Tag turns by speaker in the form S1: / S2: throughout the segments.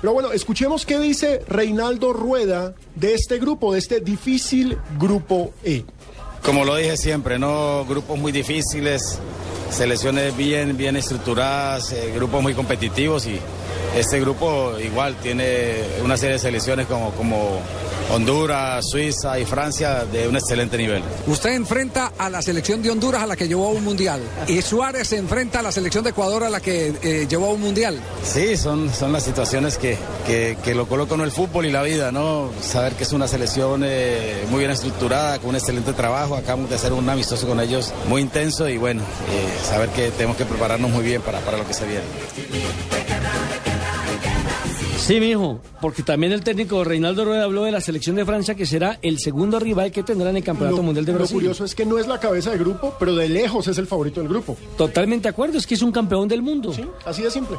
S1: Pero bueno, escuchemos qué dice Reinaldo Rueda de este grupo, de este difícil grupo E.
S2: Como lo dije siempre, no grupos muy difíciles, selecciones bien, bien estructuradas, eh, grupos muy competitivos y este grupo igual tiene una serie de selecciones como, como Honduras, Suiza y Francia de un excelente nivel.
S3: Usted enfrenta a la selección de Honduras a la que llevó a un mundial y Suárez se enfrenta a la selección de Ecuador a la que eh, llevó a un mundial.
S2: Sí, son, son las situaciones que, que, que lo colocan el fútbol y la vida, ¿no? Saber que es una selección eh, muy bien estructurada, con un excelente trabajo, acabamos de hacer un amistoso con ellos muy intenso y bueno, eh, saber que tenemos que prepararnos muy bien para, para lo que se viene.
S4: Sí, mijo, porque también el técnico Reinaldo Rueda habló de la selección de Francia, que será el segundo rival que tendrá en el Campeonato
S1: Lo-
S4: Mundial de
S1: lo
S4: Brasil.
S1: curioso es que no es la cabeza de grupo, pero de lejos es el favorito del grupo.
S4: Totalmente de acuerdo, es que es un campeón del mundo.
S1: ¿Sí? Así de simple.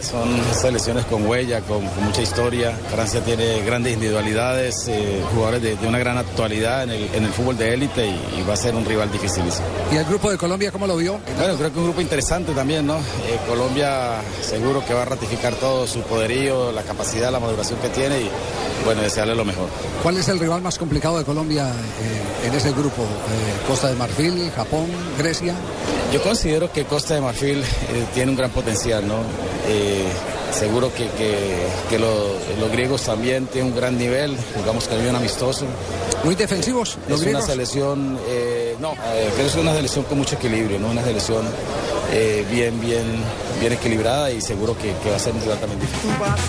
S2: Son selecciones con huella, con, con mucha historia. Francia tiene grandes individualidades, eh, jugadores de, de una gran actualidad en el, en el fútbol de élite y, y va a ser un rival dificilísimo.
S3: ¿Y el grupo de Colombia cómo lo vio?
S2: Bueno, creo que un grupo interesante también, ¿no? Eh, Colombia seguro que va a ratificar todo su poderío, la capacidad, la maduración que tiene y bueno, desearle lo mejor.
S3: ¿Cuál es el rival más complicado de Colombia eh, en ese grupo? Eh, Costa de Marfil, Japón, Grecia.
S2: Yo considero que Costa de Marfil eh, tiene un gran potencial, ¿no? Eh, seguro que, que- que lo- los griegos también tienen un gran nivel, jugamos también amistoso.
S3: Muy defensivos los
S2: Es una
S3: griegos.
S2: selección, eh, no, eh, creo que es una selección con mucho equilibrio, ¿no? Una selección eh, bien, bien, bien equilibrada y seguro que, que va a ser un rival también difícil.